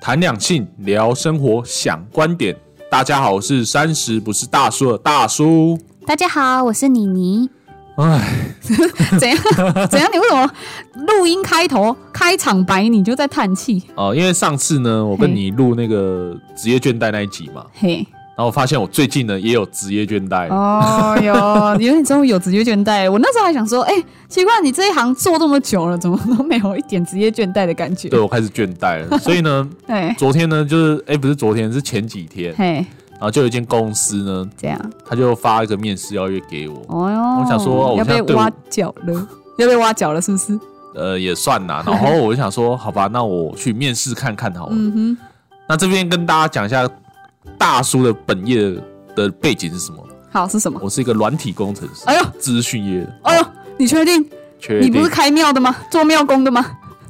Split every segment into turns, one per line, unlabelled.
谈两性，聊生活，想观点。大家好，我是三十不是大叔的大叔。
大家好，我是妮 妮。
唉，
怎样？怎样？你为什么录音开头开场白你就在叹气？
哦、因为上次呢，我跟
嘿
你录那个职业倦怠那一集嘛，
嘿，
然后我发现我最近呢也有职业倦怠。
哦哟，有点终于有职业倦怠了。我那时候还想说，哎、奇怪，你这一行做这么久了，怎么都没有一点职业倦怠的感觉
对，？我开始倦怠 了，所以呢，
对，
昨天呢，就是哎，不是昨天，是前几 天，
嘿，
然后就有一间公司呢，
这样，
他就发一个面试邀约给我，
哦哟，
我想说我
要
现在
被
对我
挖角了，要被挖角了，是不是？
呃，也算 啦。然后我就想说，好吧，那我去面试看看好了。
嗯
那这边跟大家讲一下大叔的本业的背景是什么？
哼，好是什么？
我是一个软体工程师，
哎呦，
资讯业的。
哎呦，你确定？
确
你
定
不是开庙的吗？做庙工的吗？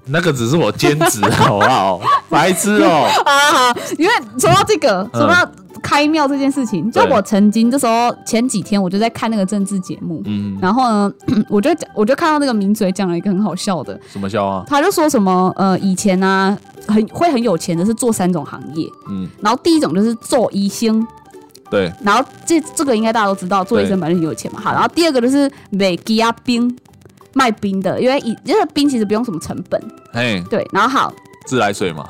那个只是我兼 职，好不好？白痴哦、
啊，因为说到这个，说到开庙这件事情，就
嗯对
我曾经这时候前几天我就在看那个政治节目，
嗯，
然后呢， 我就我就看到那个名嘴讲了一个很好笑的，
什么笑啊？
他就说什么呃以前啊很会很有钱的是做三种行业，
嗯，
然后第一种就是做医生，
对，
然后这这个应该大家都知道，做医生本来就很有钱嘛，好，然后第二个就是美吉亚冰。卖冰的，因为以因为冰其实不用什么成本，
嘿，
对，然后好，
自来水嘛，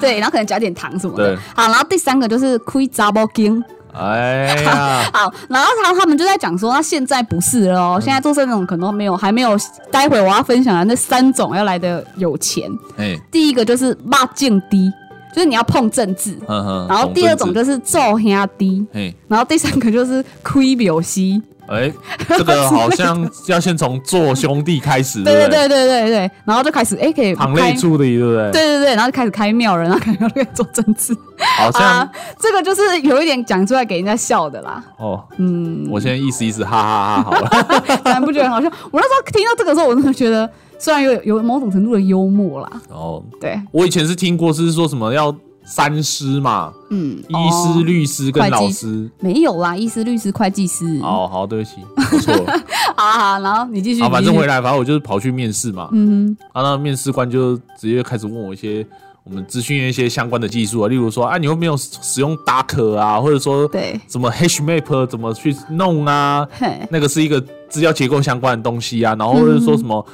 对，然后可能加点糖什么的
对，
好，然后第三个就是亏杂包金，
哎呀，
好，然后他他们就在讲说，那现在不是了哦，现在做这种可能没有，还没有。待会我要分享的那三种要来的有钱，
嘿，
第一个就是骂劲低，就是你要碰政治；
哼哼。
然后第二种
是，
就是揍兄低，
嘿，
然后第三个就是亏表西。
哎，这个好像要先从做兄弟开始，
对
不对？
对对对对对，然后就开始哎可以
堂
开
内助理，对不对？
对对对，然后就开始开庙了，然后开庙就可以做政治
好像
啊，这个就是有一点讲出来给人家笑的啦。
哦，
嗯，
我现在意思意思，哈哈哈，好 了，
然不觉得很好笑？我那时候听到这个时候，我真的觉得虽然有有某种程度的幽默啦，
哦。
对，
我以前是听过是说什么要三师嘛，
嗯，
医师、
哦
律师跟老师。
没有啦，医师、律师、会计师，好
哦，好，对不起，我错 了。
好，好然后你继续，
好，反
你继
正
续
回，来，反正我就是跑去面试嘛。
嗯哼，
啊，那面试官就直接开始问我一些我们资讯业一些相关的技术啊，例如说，啊，你有没有使用 Docker 啊，或者说
对，
什么 HashMap 怎么去弄啊？
嘿，
那个是一个资料结构相关的东西啊，然后就是说什
嗯
么，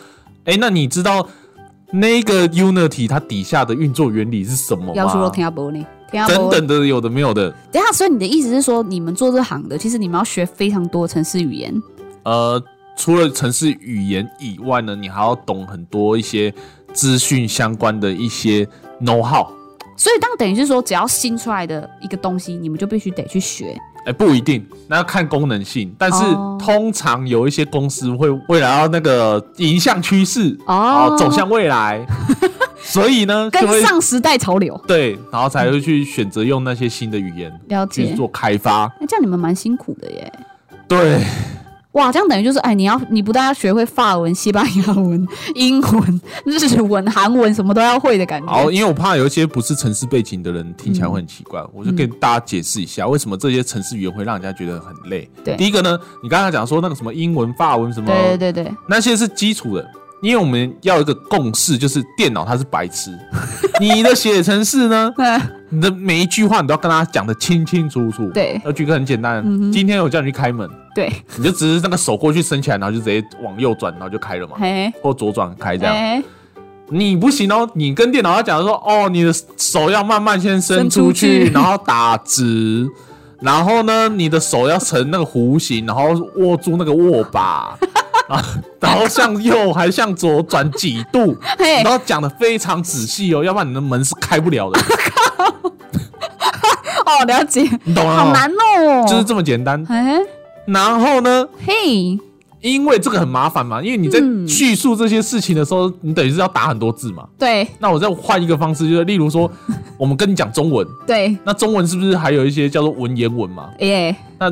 哎、那你知道那个 Unity 它底下的运作原理是什么
要说
吗？
听阿啊伯呢，听阿
等
伯，
等的，有的没有的，
等一下，所以你的意思是说，你们做这行的，其实你们要学非常多城市语言，
呃，除了城市语言以外呢，你还要懂很多一些资讯相关的一些 know how。
所以当等于是说，只要新出来的一个东西，你们就必须得去学，
哎、不一定，那要看功能性。但是
哦
通常有一些公司会为了要那个迎向趋势，
哦
走向未 来，所以呢，就会
跟上时代潮流，
对，然后才会去选择用那些新的语言
了
去
解。
做开发。
那这样你们蛮辛苦的耶。
对，
哇，这样等于就是，哎，你要你不但要学会法文、西班牙文、英文、日文、韩文，什么都要会的感
好，
觉。
因为我怕有一些不是城市背景的人听起来会很奇怪，
嗯
我就跟大家解释一下，为什么这些城市语言会让人家觉得很累。
对
第一个呢，你刚才讲说那个什么英文、法文什么，
对对对对，
那些是基础的，因为我们要有一个共识，就是电脑它是白 痴，你的写程式呢，
嗯，
你的每一句话你都要跟他讲的清清楚楚。，
对嗯
要举个很简单，的，今天我叫你去开门，
对，
你就只是那个手过去伸起来，然后就直接往右转，然后就开了嘛，
嘿，
或左转开这样。
哎，
你不行哦，你跟电脑要讲说，哦，你的手要慢慢先伸出去，
伸出去
然后打直，然后呢，你的手要成那个弧形，然后握住那个握把， 然后然后向右还向左转几 度，
嘿
然后讲的非常仔细哦，要不然你的门是开不了 的，
哦，了解，
你懂了
好
吗？
难哦。
就是这么简单。
哎，
然后呢，
嘿，
因为这个很麻烦嘛，因为你在
嗯
叙述这些事情的时候，你等于是要打很多字嘛。
对
那我再换一个方式，就是例如 说，我们跟你讲中文，
对，
那中文是不是还有一些叫做文言文嘛？
耶，
那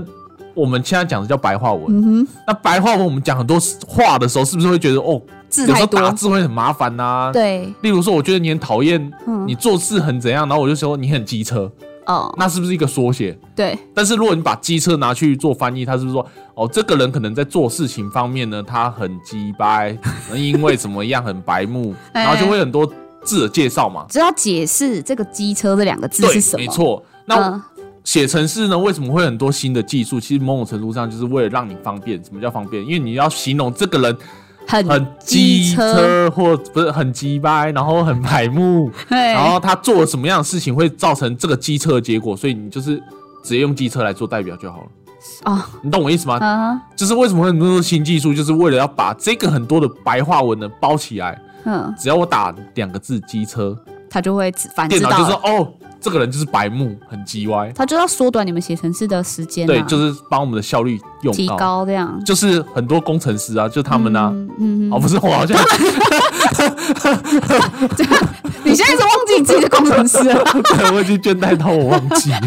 我们现在讲的叫白话文。
嗯哼，
那白话文我们讲很多话的时候，是不是会觉得哦，
字
有时
太
候
多
打，字会很麻烦呐、
对，
例如说，我觉得你很讨厌，
嗯
你做事很怎样，然后我就说你很机车，
哦，
那是不是一个缩写？
对，
但是如果你把机车拿去做翻译，他是不是说哦，这个人可能在做事情 方面呢，他很鸡掰，因为怎么样很白目，
哎
然后就会很多字的介绍嘛。
只要解释这个机车这两个字
对
是，什么。嗯
没错。那写程式呢，为什么会很多新的技术？其实某种程度上就是为了让你方便。什么叫方便？因为你要形容这个人
很
很机
机，
车，或不是很鸡掰，然后很白目，
对
然后他做了什么样的事情会造成这个机车的结果，所以你就是直接用机车来做代表就好了。
哦，
你懂我意思吗？
嗯
就是为什么会有那么多新技术，就是为了要把这个很多的白话文呢包起来。
嗯，
只要我打两个字“机车
他就会只”，反
电
知
脑
道
就说
了，：“
哦，这个人就是白目，很鸡歪。”
他就要缩短你们写程式的时间啊，
对，就是帮我们的效率用
提
到，
高这样。
就是很多工程师啊，就他们啊，
嗯嗯，
哦，不是我好 像
你现在是忘记你自己是工程师 了，
对我已经倦怠到我忘记了。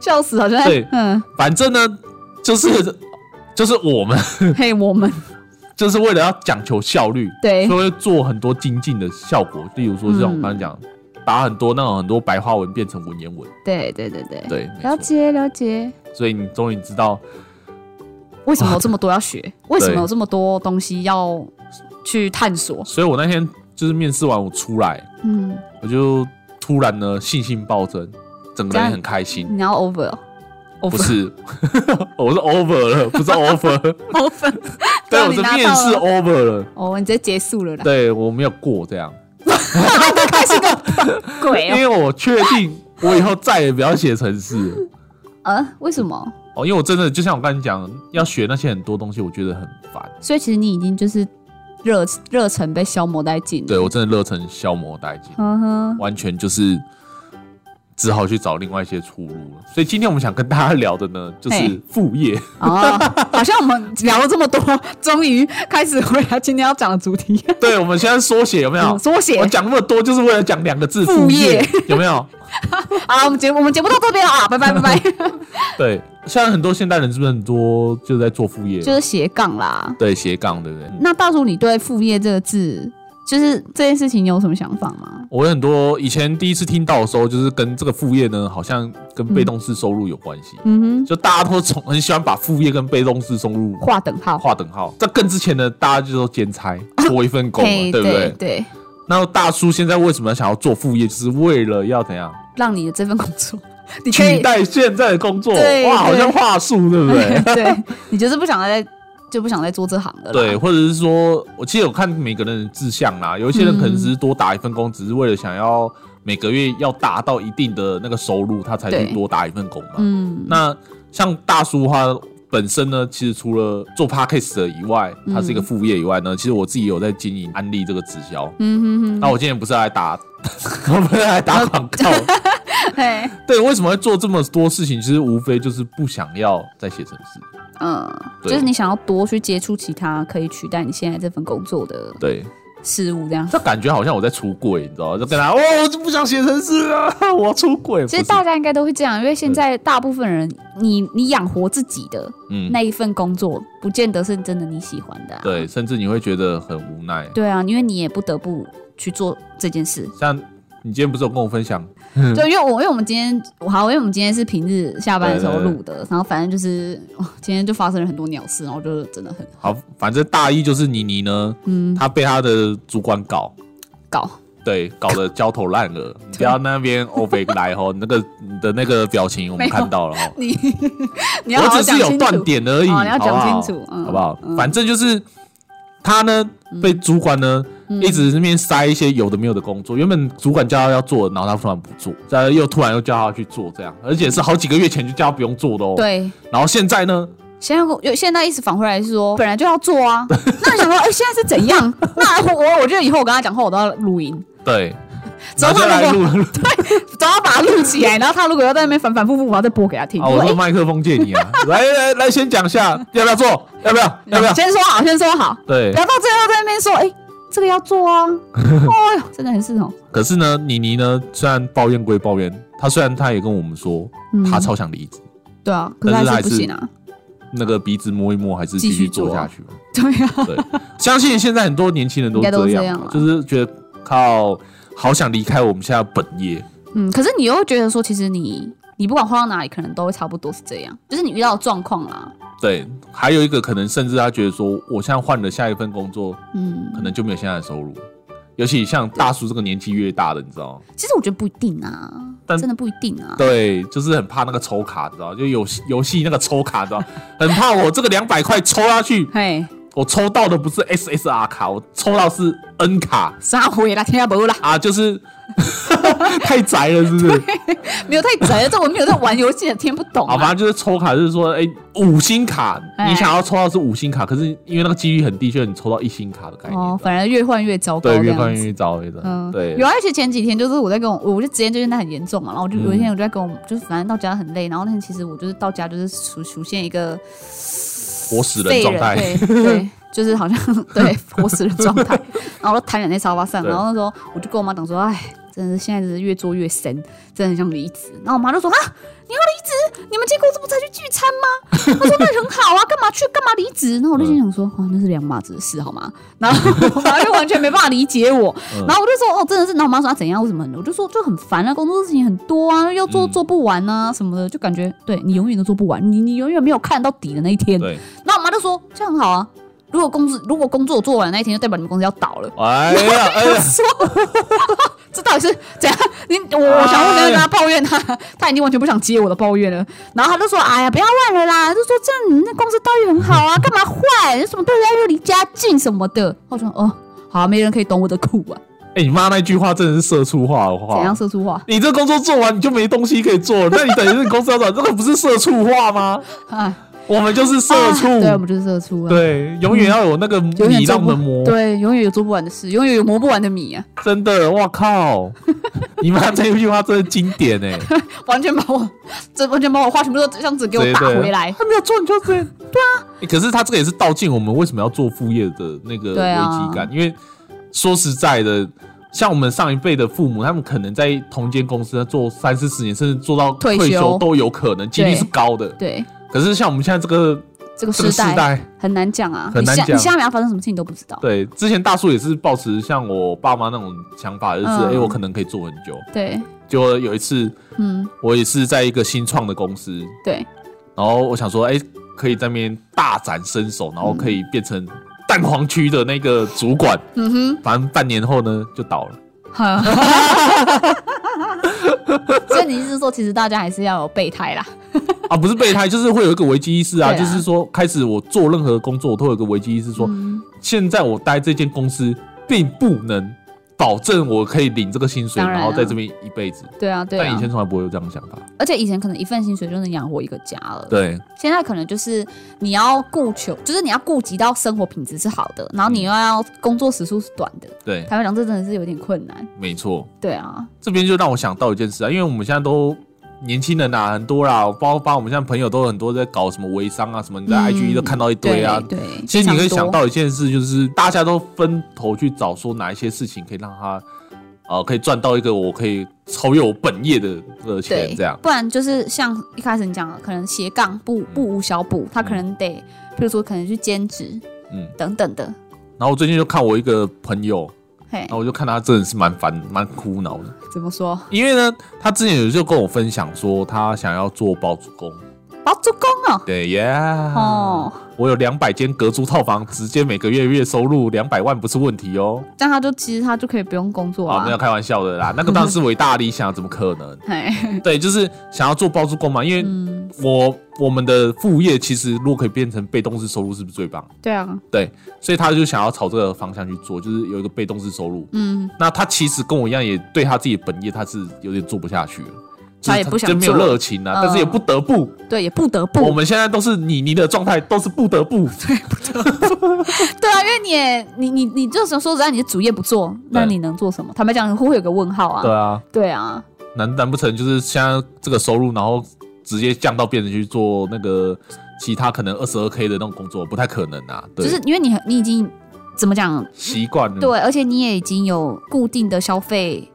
笑死！好像在
对
嗯，
反正呢，就是就是我们
嘿，我们
就是为了要讲求效率，
对
所以会做很多精进的效果，例如说像
嗯
我刚才讲，把很多那种很多白话文变成文言文，
对对对对，
对，没
哎了
错。
解了解。
所以你终于知道，
为什么有这么多要学？为什么有这么多东西要去探索？
所以我那天就是面试完我出来，
嗯，
我就突然呢信心暴增，整个
这
人
样
很开心。
你要 over 哦
不
over
是， 我是 over 了，不是 offer。
over，
对，
让
我
你
的
拿
面
到
试
了
over 了，
哦，你直接结束了啦，
对我没有过这样，
开心个鬼
因
哦！
为我确定我以后再也不要写程式了。
啊，为什么？
哦，因为我真的就像我刚才讲，要学那些很多东西，我觉得很烦。
所以其实你已经就是热热忱被消磨殆尽了。
对我真的热忱消磨殆尽，
嗯哼，
完全就是只好去找另外一些出路了。所以今天我们想跟大家聊的呢，就是
嘿
副业。
哦，好像我们聊了这么多，终于开始回答今天要讲的主题，
对，我们现在缩写有没有
嗯？缩写
我。讲那么多就是为了讲两个字
副
副
业
业，有没有？
好，啊我们节我们节目到这边了啊，拜拜拜拜。
对，现在很多现代人是不是很多就在做副业？
就是斜杠啦。
对斜杠，对不对？
那大叔，你对副业这个字，就是这件事情，你有什么想法吗？
我有很多以前第一次听到的时候，就是跟这个副业呢，好像跟被动式收入有关系。
嗯
就大家都从很喜欢把副业跟被动式收入
哼，划等号。
划等号。在更之前呢，大家就说兼 差，多一份工嘛，
啊嘿
对不
对
对？那大叔现在为什么想要做副业，就是为了要怎样
让你的这份工作， 你可
取
以
代现在的工作？
对
哇，好
对
像话术，对不对？
对，你就是不想再就不想再做这行了。
对，，或者是说，我其实有看每个人的志向啦，有一些人可能只是多打一份工，只是为了想要每个月要达到一定的那个收入，他才去
对
多打一份工嘛。
嗯，
那像大叔他本身呢，其实除了做 podcast 的以外，他是一个副业以外呢，其实我自己有在经营安利这个直销。
嗯嗯哼
那我今天不是来打， 我不是来打广 告。
哼， 嘿，
对，为什么会做这么多事情？其实无非就是不想要再写程式。
嗯，
对
就是你想要多去接触其他可以取代你现在这份工作的
对，
事物，这样。
这感觉好像我在出柜，你知道吗？就跟他，哦，我就不想写程式了， 我要出柜。
其
不
实
是
大家应该都会这样，因为现在大部分人，你你养活自己的
嗯，
那一份工作，不见得是真的你喜欢的、啊。
对，甚至你会觉得很无奈。
对啊，因为你也不得不去做这件事。
像你今天不是有跟我分享，
就因为我，因为我们今天好，因为我们今天是平日下班的时候
对对对
录的，然后反正就是哇今天就发生了很多鸟事，然后就真的很
好，反正大一就是妮妮呢，
嗯
她被她的主管搞，
搞。
对，搞得焦头烂 额。你不要那边欧北来吼， 那个你的那个表情我们
没有
看到了 吼，
你你要好
我
好
只
讲
是有
清楚，
断点而已，
哦，你要
好不好
讲清楚，嗯
好不好？
嗯
反正就是他呢被主管呢
嗯
一直那边塞一些有的没有的工作，原本主管叫他要做，然后他突然不做，然后又突然又叫他去做，这样，而且是好几个月前就叫他不用做的哦。。
对。
然后现在呢，
现在我有现在一直返回来是说，本来就要做 啊。那你想说，哎、现在是怎样？那我我我觉得以后我跟他讲话，我都要录音，
对，
走
然后就
吧
来
如
录录，
总要把它录起来。然后他如果要在那边反反复复，我要再播给他听。
啊，我
哎
说麦克风借你啊，来来来，先讲一下要不要做，要不要，要不要？
先说好，先说好，
对
不，要到最后在那边说，哎、这个要做 啊。哎呦，真的很是哦。
可是呢，妮妮呢，虽然抱怨归抱怨，她虽然她也跟我们说，
嗯
她超想离职，
对啊，可是
但
还
是
是不行啊。
那个鼻子摸一摸，还是继
继
续
续
做
做
下
啊
去嘛。
对啊，
对，相信现在很多年轻人都
应该都
这
是这
样
样啊
嘛，
啦
就是觉得靠，好想离开我们现在的本业。
嗯，可是你又会觉得说，其实你你不管换到哪里，可能都会差不多是这样，就是你遇到的状况啦。
对，还有一个可能，甚至他觉得说，我现在换了下一份工作，
嗯，
可能就没有现在的收入。尤其像大叔这个年纪越大的，你知道 吗？
其实我觉得不一定啊，
但
真的不一定啊。
对，就是很怕那个抽卡，你知道吗？就游戏游戏那个抽卡，你知道吗？ 很怕我这个两百块抽下去，
嘿，
我抽到的不是 SSR 卡，我抽到是 N 卡
啥回啦，听下不啦，
啊，就是 太宅了，是 不是？
没有太宅了，这我没有在玩游戏，听不懂、
好，
啊。
反正就是抽卡，就是说，哎、五星卡，
哎
你想要抽到是五星卡，可是因为那个几率很低，所以你抽到一星卡的概念。
哦，反而越换越糟糕，
对，
这
越
样
换
子
越糟了，真的
嗯，
对
有，而且前几天就是我在跟我，我就之前就是那很严重嘛，然后我就有一
嗯
天我就在跟我，就是反正到家很累，然后那天其实我就是到家就是出出现一个
活死人
废
状
人，
态。
对 对，就是好像 对活死人状态，然后我就瘫软在沙发上，
对
然后那时候我就跟我妈讲说，哎，真的是现在真是越做越深，真的很想离职。然后我妈就说啊，你要离职？你们结果这不才去聚餐 吗？她说那很好啊，干嘛去？干嘛离职？然后我就心想说，
嗯
哦，那是两码子的事好吗？ 然后我妈就完全没办法理解我，
嗯
然后我就说，哦，真的是。然后我妈说，啊，怎样？为什么很？我就说就很烦啊，工作事情很多啊，要做
嗯
做不完啊什么的，就感觉对你永远都做不完，你你永远没有看到底的那一 天。
对，
那我妈就说这样很好啊，如果工作如果工作做完那一天，就代表你们公司要倒了。
哎呀，哎
我
呀，
说 这到底是怎样？你我我想要跟他抱怨
哎
他，他已经完全不想接我的抱怨了。然后他就说：“哎呀，不要换了啦！”就说这样你们那公司待遇很好啊，干嘛换？什么待遇又离家近什么的。我说：“哦，好、没人可以懂我的苦啊。
哎，你妈那句话真的是社畜化的”
怎样
话。
说出话？
你这工作做完你就没东西可以做了，那你等于是你公司要倒，这个不是社畜化吗？
哎，
我们嗯就是社畜，
啊对，我们就是社畜啊。
对，永远要有那个
永远
米
做
让
不
的磨，
对，永远有做不完的事，永远有磨不完的米啊！
真的，哇 靠！你妈这句话真的经典哎、
完全把我，这完全把我话全部都这样子给我
对
打
对
回来。
他没有做，你就这样。对 啊，哎可是他这个也是道尽我们为什么要做副业的那个危
对啊
机感，因为说实在的，像我们上一辈的父母，他们可能在同间公司做三四十年，甚至做到
退
退
休
休都有可能，几率是高的。
对，
可是像我们现在这个
这个
这
时
个时代，
很难讲啊，
很难
你下
讲
你下面要发生什么事情都不知道。
对，之前大叔也是抱持像我爸妈那种想法，就是哎、
嗯
诶我可能可以做很久。
对，
结果有一次，
嗯，
我也是在一个新创的公司，
对，
然后我想说，哎、可以在那边大展身手，然后可以变成蛋黄区的那个主管。
嗯
反正半年后呢就倒了。
哼，好。所以你意思是说，其实大家还是要有备胎啦。
啊，不是备胎，就是会有一个危机意识啊，
对啊
就是说开始我做任何工作，我都有一个危机意识说，
嗯
现在我待这间公司并不能保证我可以领这个薪水，
当然
然
啊
后在这边一辈子。
对啊，对
但
啊
以。前从来不会有这样的想法。
而且以前可能一份薪水就能养活一个家了。。
对，
现在可能就是你要顾求，就是你要顾及到生活品质是好的，然后你又要工作时数是短的。
对，
台湾讲这真的是有点困难。
没错。
对啊，
这边就让我想到一件事啊，因为我们现在都年轻人啊，很多啦，包括我们现在朋友都有很多在搞什么微商啊，什么你在
嗯
IG 都看到一堆啊。
对，
其实你可以
非常
想
多
到一件事，就是大家都分头去找说哪一些事情可以让他，呃，可以赚到一个我可以超越我本业的的
对
钱，这样。
不然就是像一开始你讲的，可能斜杠不不无小补，他可能得，譬如说可能去兼职，
嗯
等等的，
然后我最近就看我一个朋友，
嘿
然，后我就看他真的是蛮烦、蛮苦恼的，
怎么说？
因为呢，他之前有就跟我分享说他想要做包租公，
包租公哦，
对呀，
哦，
我有两百间隔租套房，直接每个月月收入两百万不是问题哦。
这样他就其实他就可以不用工作
啊，没有
啦，
开玩笑的 啦，那个当然是伟大的理想，怎么可能？
嘿，
对，就是想要做包租公嘛，因为
嗯
我、我们的副业其实如果可以变成被动式收入，是不是最棒？
对啊，
对，所以他就想要朝这个方向去做，就是有一个被动式收入。
嗯，
那他其实跟我一样，也对他自己的本业他是有点做不下去了，就是
他也不想
就没有
做
热情啊，
嗯
但是也不得不。
对，也不得
我
不，
们现在都是你你的状态，都是不得 不。
对啊，因为你也你你你这时候说实在，你的主业不做，那你能做什么？坦白讲，会有个问号
对
啊，
啊，
对啊，
难难不成就是现在这个收入，然后直接降到变成去做那个其他可能二十二 k 的那种工作？不太可能啊，
就
对，
是因为你你已经怎么讲？
习惯了，
对，而且你也已经有固定的消费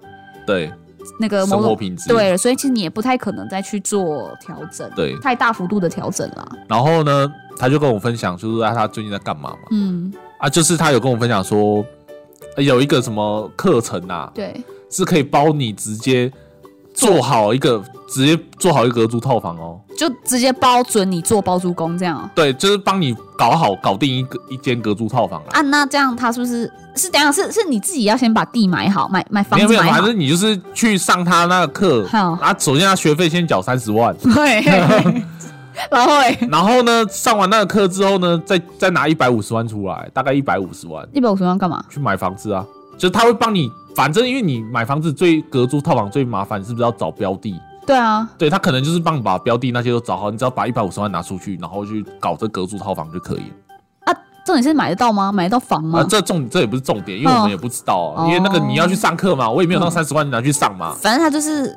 对
那个呃某
生活
种
品质，
对，所以其实你也不太可能再去做调整，
对
太大幅度的调整啦。
然后呢，他就跟我分享，就是啊他他最近在干嘛嘛？
嗯，
啊，就是他有跟我分享说，呃有一个什么课程啊，
对，
是可以包你直接做好一个直接做好一个合租套房哦。
就直接包准你做包租公这样哦
对，就是帮你搞好搞定一个一间隔租套房啦。
啊？那这样他是不是是等一下是是你自己要先把地买好，买买房
没
子
有没有，
买好
反？正你就是去上他那个课，
好
啊，首先他学费先缴三十 万，
对， 然后哎，
然后呢，上完那个课之后呢，再再拿一百五十万出来，大概一百五十万
一百五十万干嘛？
去买房子啊，就是他会帮你，反正因为你买房子最隔租套房最麻烦，是不是要找标的？
对啊，
对他可能就是帮你把标的那些都找好，你只要把一百五十万拿出去，然后去搞这隔租套房就可以了。
啊，重点是买得到吗？买得到房
啊，
吗？
这重这也不是重点，因为我
哦
们也不知道啊，
哦
因为那个你要去上课嘛，我也没有那
嗯
三十万拿去上嘛。
反正他就是，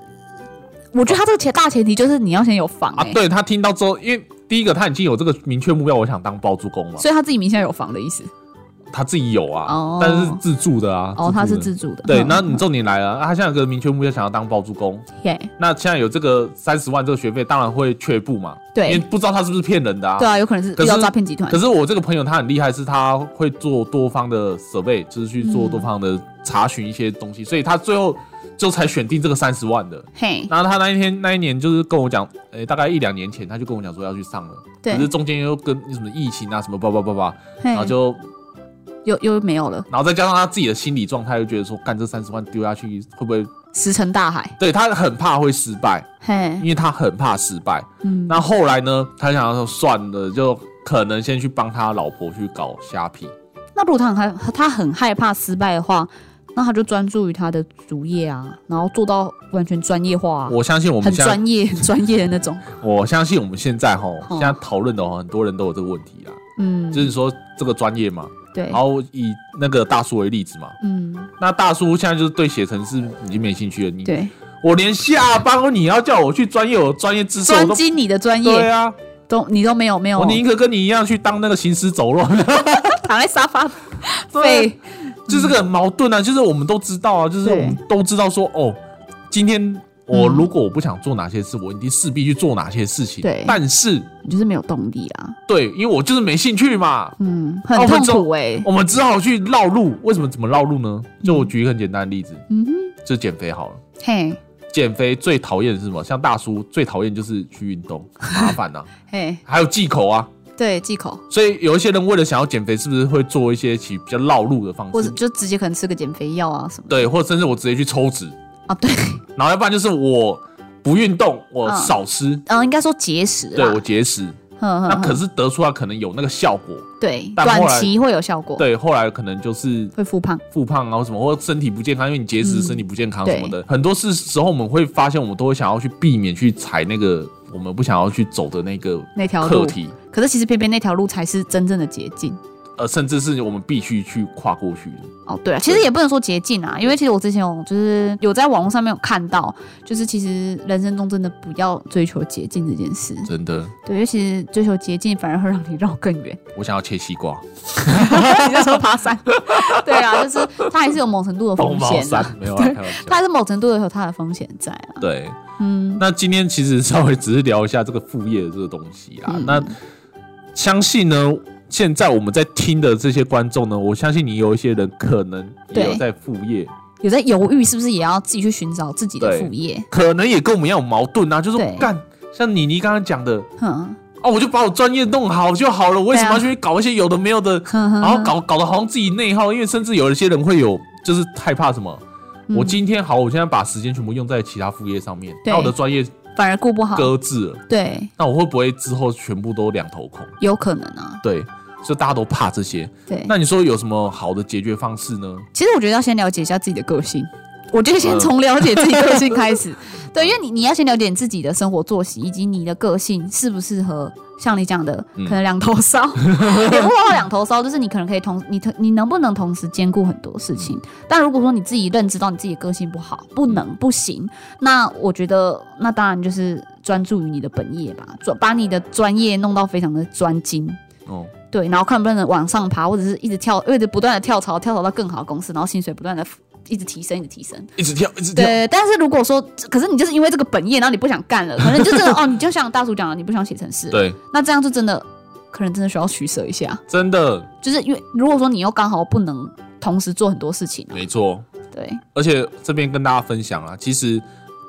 我觉得他这个前大前提就是你要先有房
啊
哎，，
对他听到之后，因为第一个他已经有这个明确目标，我想当包租公嘛，
所以他自己名下有房的意思。
他自己有啊，
哦
但是是自住的啊。
哦，他是
的
自住的。
对，
嗯
那你重点来了，啊他现在有个明确目标，想要当包租公，
嘿
那现在有这个三十万这个学费，当然会却步嘛，因为
对
不知道他是不是骗人的啊
对。啊，有可能是
可
遇到
是
诈骗集团
可。是我这个朋友他很厉害，是他会做多方的 survey，就是去做多方的查询一些东西，所以他最后就才选定这个三十万的。
嘿，
然后他那一天那一年就是跟我讲，诶、大概一两年前他就跟我讲说要去上了，
对
可是中间又跟什么疫情啊什么叭叭叭叭，
嘿
然后就
又又没有了，
然后再加上他自己的心理状态，就觉得说干这三十万丢下去会不会？
石沉大海。
对他很怕会失败，
嘿
因，为他很怕失败。
嗯，
那后来呢，他想要说算了，就可能先去帮他老婆去搞虾皮。
那如果他很害他很害怕失败的话，那他就专注于他的主业啊，然后做到完全专业化、啊，
我相信我
很
们现在，
专业、 很专业的那种。我
我相信我们现在哈，
嗯
现在讨论的齁很多人都有这个问题啊，
嗯，
就是说这个专业嘛，
对
然，后以那个大叔为例子嘛，
嗯，
那大叔现在就是对写程式已经没兴趣了，你
对，
我连下班你要叫我去专业有专业知识我
专
都
精你的专
对
业，
啊，
都你都没有没有
我宁可跟你一样去当那个行尸走 肉，
躺在沙发
对啊
废。
就是这个很矛盾啊，就是我们都知道啊，就是我们都知道说哦，今天我
嗯
如果我不想做哪些事，我一定势必去做哪些事情，
对
但是
你就是没有动力啊，
对，因为我就是没兴趣嘛，
嗯，
啊
很
我
痛
知道
苦哎、
我们只好去绕路。为什么怎么绕路呢？就我举一个很简单的例子，
嗯哼，
就减肥好了。
嘿，
减肥最讨厌的是什么？像大叔最讨厌就是去运动，麻烦呐、
嘿，
还有忌口啊。
对，忌口，
所以有一些人为了想要减肥，是不是会做一些其比较绕路的方
或者
式？
就直接可能吃个减肥药啊什么的
对，或者甚至我直接去抽脂，
啊，对，
然后要不然就是我不运动，我
嗯
少吃，
嗯、应该说节食
对
啦，
我节食。
哼哼
那可
哼
是得出来可能有那个效果，
对，
但后
短
来
期会有效果，
对，后来可能就是
会复胖，
复胖啊，或什么，或身体不健康，因为你节食
嗯
身体不健康什么的，很多事时候我们会发现，我们都会想要去避免去踩那个我们不想要去走的那个
那条
课
路，
题，
可是其实偏偏那条路才是真正的捷径。
呃，甚至是我们必须去跨过去的。
哦，对啊，其实也不能说捷径啊，因为其实我之前有就是有在网络上面有看到，就是其实人生中真的不要追求捷径这件事，
真的，
对，因为其实追求捷径反而会让你绕更 远。
我想要切西瓜，
你就说爬山， 对啊，就是它还是有某程度的 风
猫
险、啊，
山没有啊，开玩笑。
它还是某程度的有它的风险在啊。
对，
嗯，
那今天其实稍微只是聊一下这个副业的这个东西啦。
嗯
那相信呢，现在我们在听的这些观众呢，我相信你有一些人可能也有
对
在副业，
有在犹豫是不是也要自己去寻找自己的副业？
可能也跟我们一样有矛盾啊，就是
对
干像妮妮刚刚讲的
哼
啊，我就把我专业弄好就好了，我为什么
啊
要去搞一些有的没有的，
哼哼，
然后搞搞得好像自己内耗，因为甚至有一些人会有就是害怕什么。
嗯
我今天好，我现在把时间全部用在其他副业上面，
对
那我的专业
嗯反而顾不好，
搁置了，
对，
那我会不会之后全部都两头空？
有可能啊，
对，所以大家都怕这些。
对。
那你说有什么好的解决方式呢？
其实我觉得要先了解一下自己的个性， 我觉得先从了解自己个性开
嗯
始。对，因为你你要先了解你自己的生活作息，以及你的个性适不适合像你讲的，
嗯
可能两头 烧。也不说两头烧，就是你可能可以同你同你能不能同时兼顾很多事情。但如果说你自己认知到你自己的个性不好，不
嗯
能不行，那我觉得那当然就是专注于你的本业吧，专把你的专业弄到非常的专精。
哦，
对，然后看能不能往上爬，或者是一直跳，一直不断的跳槽，跳槽到更好的公司，然后薪水不断的一直提升，一直提升。
一直跳，一直跳。
对，但是如果说，可是你就是因为这个本业，然后你不想干了，可能就真的 哦，你就像大叔讲的，你不想写程式，
对，
那这样就真的可能真的需要取舍一下，
真的
就是因为如果说你又刚好不能同时做很多事情啊、
没错。
对，
而且这边跟大家分享啦，其实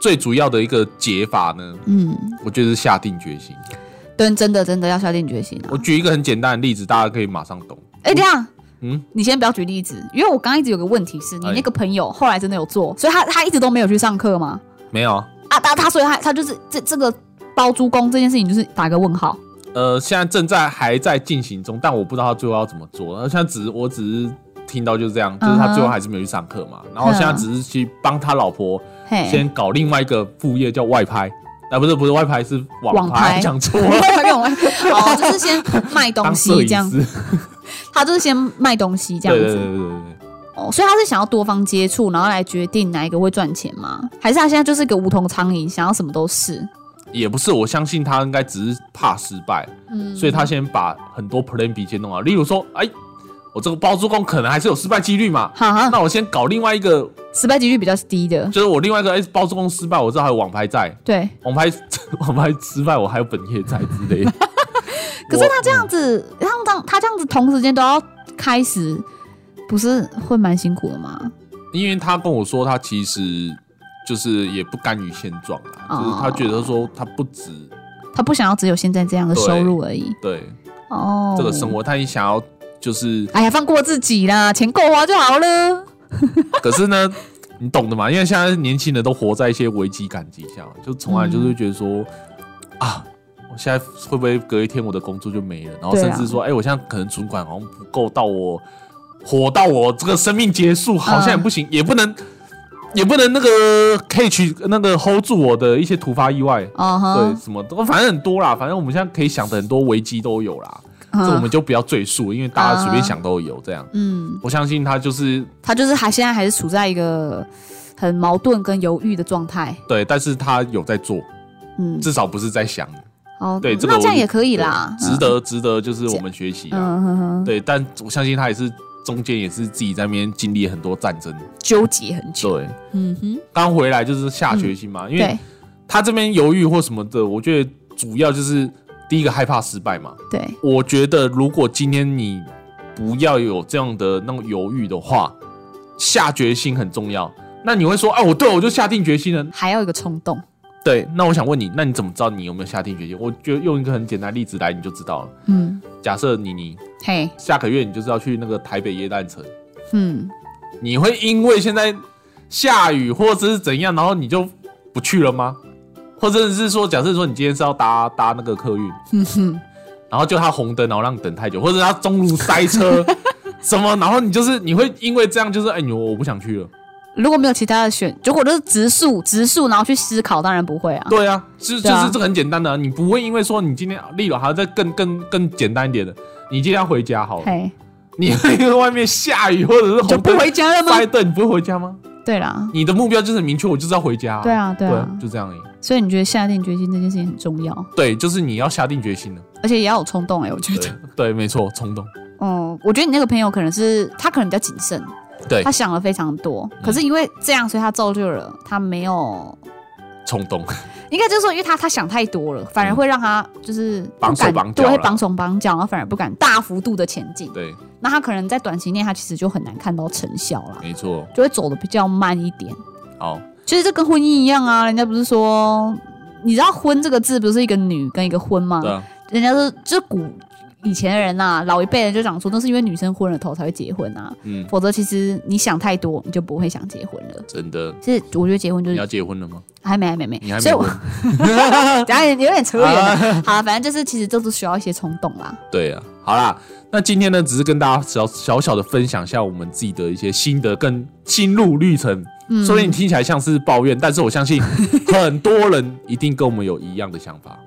最主要的一个解法呢，
嗯，
我觉得是下定决心。
真真的真的要下定决心啊
我！举一个很简单的例子，大家可以马上懂。
哎，这样，
嗯，
你先不要举例子，因为我刚刚一直有个问题是你
哎
那个朋友后来真的有做，所以他他一直都没有去上课吗？
没有啊，
啊，他他所以他他就是这这个包租公这件事情就是打个问号。
呃，现在正在还在进行中，但我不知道他最后要怎么做。呃那现在只是我只是听到就是这样，就是
嗯
他
哼嗯
最后还是没有去上课嘛。然后现在只是去帮他老婆
嘿，
先搞另外一个副业叫外拍，啊，不是不是外拍是
网
网
拍
拍，讲错
我
了，
哦，就是先卖东
当
西
摄
这样
影，师。
他就是先卖东西这样
对
子。
对对对对对。
哦，所以他是想要多方接触，然后来决定哪一个会赚钱吗？还是他现在就是个无头苍蝇，想要什么都试？
也不是，我相信他应该只是怕失败，
嗯，
所以他先把很多 Plan B 先弄好。例如说，哎，我这个包租公可能还是有失败几率嘛，
哈哈，
那我先搞另外一个，
失败几率比较低的，
就是我另外一个，哎，包租公失败，我知道还有网拍在，
对。。
网拍 网拍失败，我还有本业在之类的
可是他这样子，他这样他这样子同时间都要开始，不是会蛮辛苦的吗？
我，因为他跟我说，他其实就是也不甘于现状啦，
哦
就是他觉得说他不止
他不想要只有现在这样的收入而已。
对
哦，
这个生活，他也想要就是，
哎呀，放过自己啦，钱够花就好了。
可是呢。你懂的嘛？因为现在年轻人都活在一些危机感底下，就从来就是觉得说、啊，我现在会不会隔一天我的工作就没了？然后
对啊
甚至说，哎、我现在可能存款好像不够到我活到我这个生命结束，好像也
嗯
不行，也不能，也不能那个 catch 那个 hold 住我的一些突发意外。
哦
对，
哈，
什么都反正很多啦，反正我们现在可以想的很多危机都有啦，这我
嗯
们就不要赘述，因为大家随
嗯
便想都有这样。
嗯，
我相信他就是
他就是还现在还是处在一个很矛盾跟犹豫的状态。
对，但是他有在做，
嗯，
至少不是在想，
哦，
对这个
那这样
我
也可以啦，
值得值得就是我们学习啊。
嗯哼哼，
对，但我相信他也是中间也是自己在那边经历很多战争。
纠结很久。
对，
嗯哼，
刚回来就是下决心嘛，因为
嗯对
他这边犹豫或什么的，我觉得主要就是第一个害怕失败嘛。
对，
我觉得如果今天你不要有这样的那种犹豫的话，下决心很重要。那你会说啊，我对我就下定决心了。
还要有一个冲动。
对，那我想问你，那你怎么知道你有没有下定决心？我就用一个很简单的例子来，你就知道了。
嗯，
假设你你
嘿，
下个月你就是要去那个台北耶诞城，
嗯，
你会因为现在下雨或者是怎样，然后你就不去了吗？或者是说，假设说你今天是要搭搭那个客运，
哼哼，
然后就它红灯，然后让你等太久，或者它中途塞 车什么，然后你就是你会因为这样就是哎，你我不想去了。
如果没有其他的选，如果都是植树植树，然后去思考，当然不会啊。
对啊，就
对
就
啊
是这个很简单的啊、你不会因为说你今天啊例如还要再更更更简单一点的，你今天要回家好了，
嘿，
你会因为外面下雨或者是
就
红
不
灯
回家了
塞
吗？
灯，你不会回家吗？
对啦，
你的目标就是很明确，我就是要回家、
对啊，对啊，
就这样而已。
所以你觉得下定决心这件事情很重要，
对，就是你要下定决心了。
而且也要有冲动哎、我觉
对
得。，
对，没错，冲动。
哦、我觉得你那个朋友可能是他可能比较谨慎，
对嗯
他，想了非常多，可是因为这样，所以他造就了他没有
冲动。
应该就是说，因为他他想太多了，反而会让他就是不
绑手
敢
绑脚
对，会
了
绑手绑脚，然后反而不敢大幅度的前进。
对，
那他可能在短期内，他其实就很难看到成效啦，
没错。
就会走的比较慢一点。
好，
其实这跟婚姻一样啊，人家不是说，你知道“婚”这个字不是一个女跟一个婚吗
对？啊，
人家说就古以前的人呐、老一辈人就讲说，那是因为女生婚了头才会结婚啊，
嗯，
否则其实你想太多，你就不会想结婚了。
真的，
其实我觉得结婚就
你
是
要结婚了吗？
还没还没没啊
你还，
所
没
以我
婚？
等一下有点扯远了。好了，反正就是其实都是需要一些冲动啦。
对啊，好啦，那今天呢，只是跟大家小小小的分享一下我们自己的一些心得跟心路历程。嗯，所以你听起来像是抱怨，但是我相 信很多人一定跟我们有一样的想法。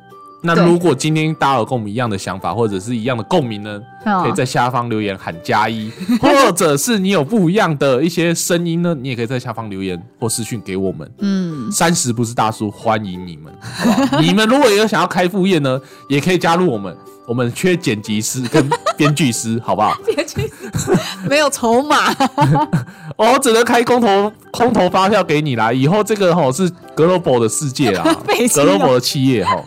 那
对
如果今天大家有跟我们一样的想法，或者是一样的共鸣呢，
啊
可以在下方留言喊加一，或者是你有不一样的一些声音呢，你也可以在下方留言或私讯给我们。
嗯，
三十不是大叔，欢迎你们，好不好？你们如果也有想要开副业呢，也可以加入我们，我们缺剪辑师跟编剧师，好不好？
别去，没有筹 码。
我只能开空头空头发票给你啦。以后这个吼是 global 的世界啦啊
北京哦
，global 的企业吼，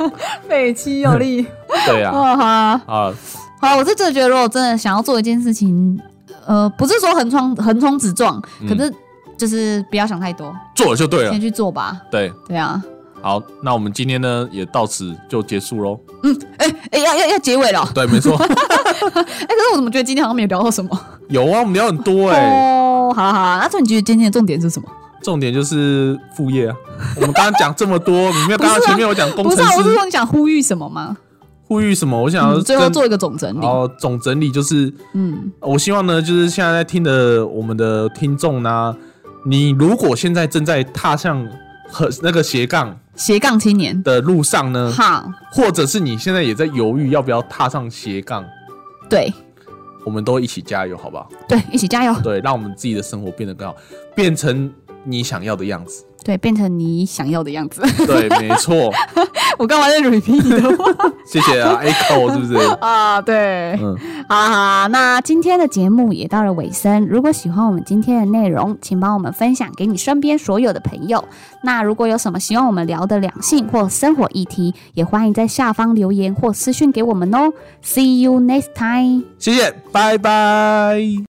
北七有力，
对啊，
哇哈！
啊，
哦好，我是真的觉得，如果真的想要做一件事情，呃，不是说横冲横冲直撞，可是就是不要想太多，
做了就对了
先。去做吧。
对，
对啊，
好，那我们今天呢也到此就结束喽。
哎、哎，要要要结尾了。
对，没错，
哎、可是我怎么觉得今天好像没有聊到什么？
有啊，我们聊很多哎、
哦，好了好了，那所以你觉得今天的重点是什么？
重点就是副业啊。我们刚刚讲这么多，你没有
不是
刚
啊
刚前面有讲工
不是
程
啊，我是
师
说你想呼吁什么吗？
呼吁什么？我想要
嗯，最后
跟
做一个总整理。
哦，总整理就是，
嗯，
我希望呢，就是现在在听的我们的听众呢、啊你如果现在正在踏上和那个斜杠
斜杠青年，
的路上呢，
好，
或者是你现在也在犹豫要不要踏上斜杠，
对
我们都一起加油，好不好？
对，一起加油，
对，让我们自己的生活变得更好，变成你想要的样子。
对，变成你想要的样子。
对，没错，
我干嘛在 repeat 你的话
谢谢啊，Echo 是不是？
啊？对，
嗯，
好啦好啦，那今天的节目也到了尾声。如果喜欢我们今天的内容，请帮我们分享给你身边所有的朋友。那如果有什么希望我们聊的两性或生活议题，也欢迎在下方留言或私讯给我们哦。See you next time.
谢谢，拜拜。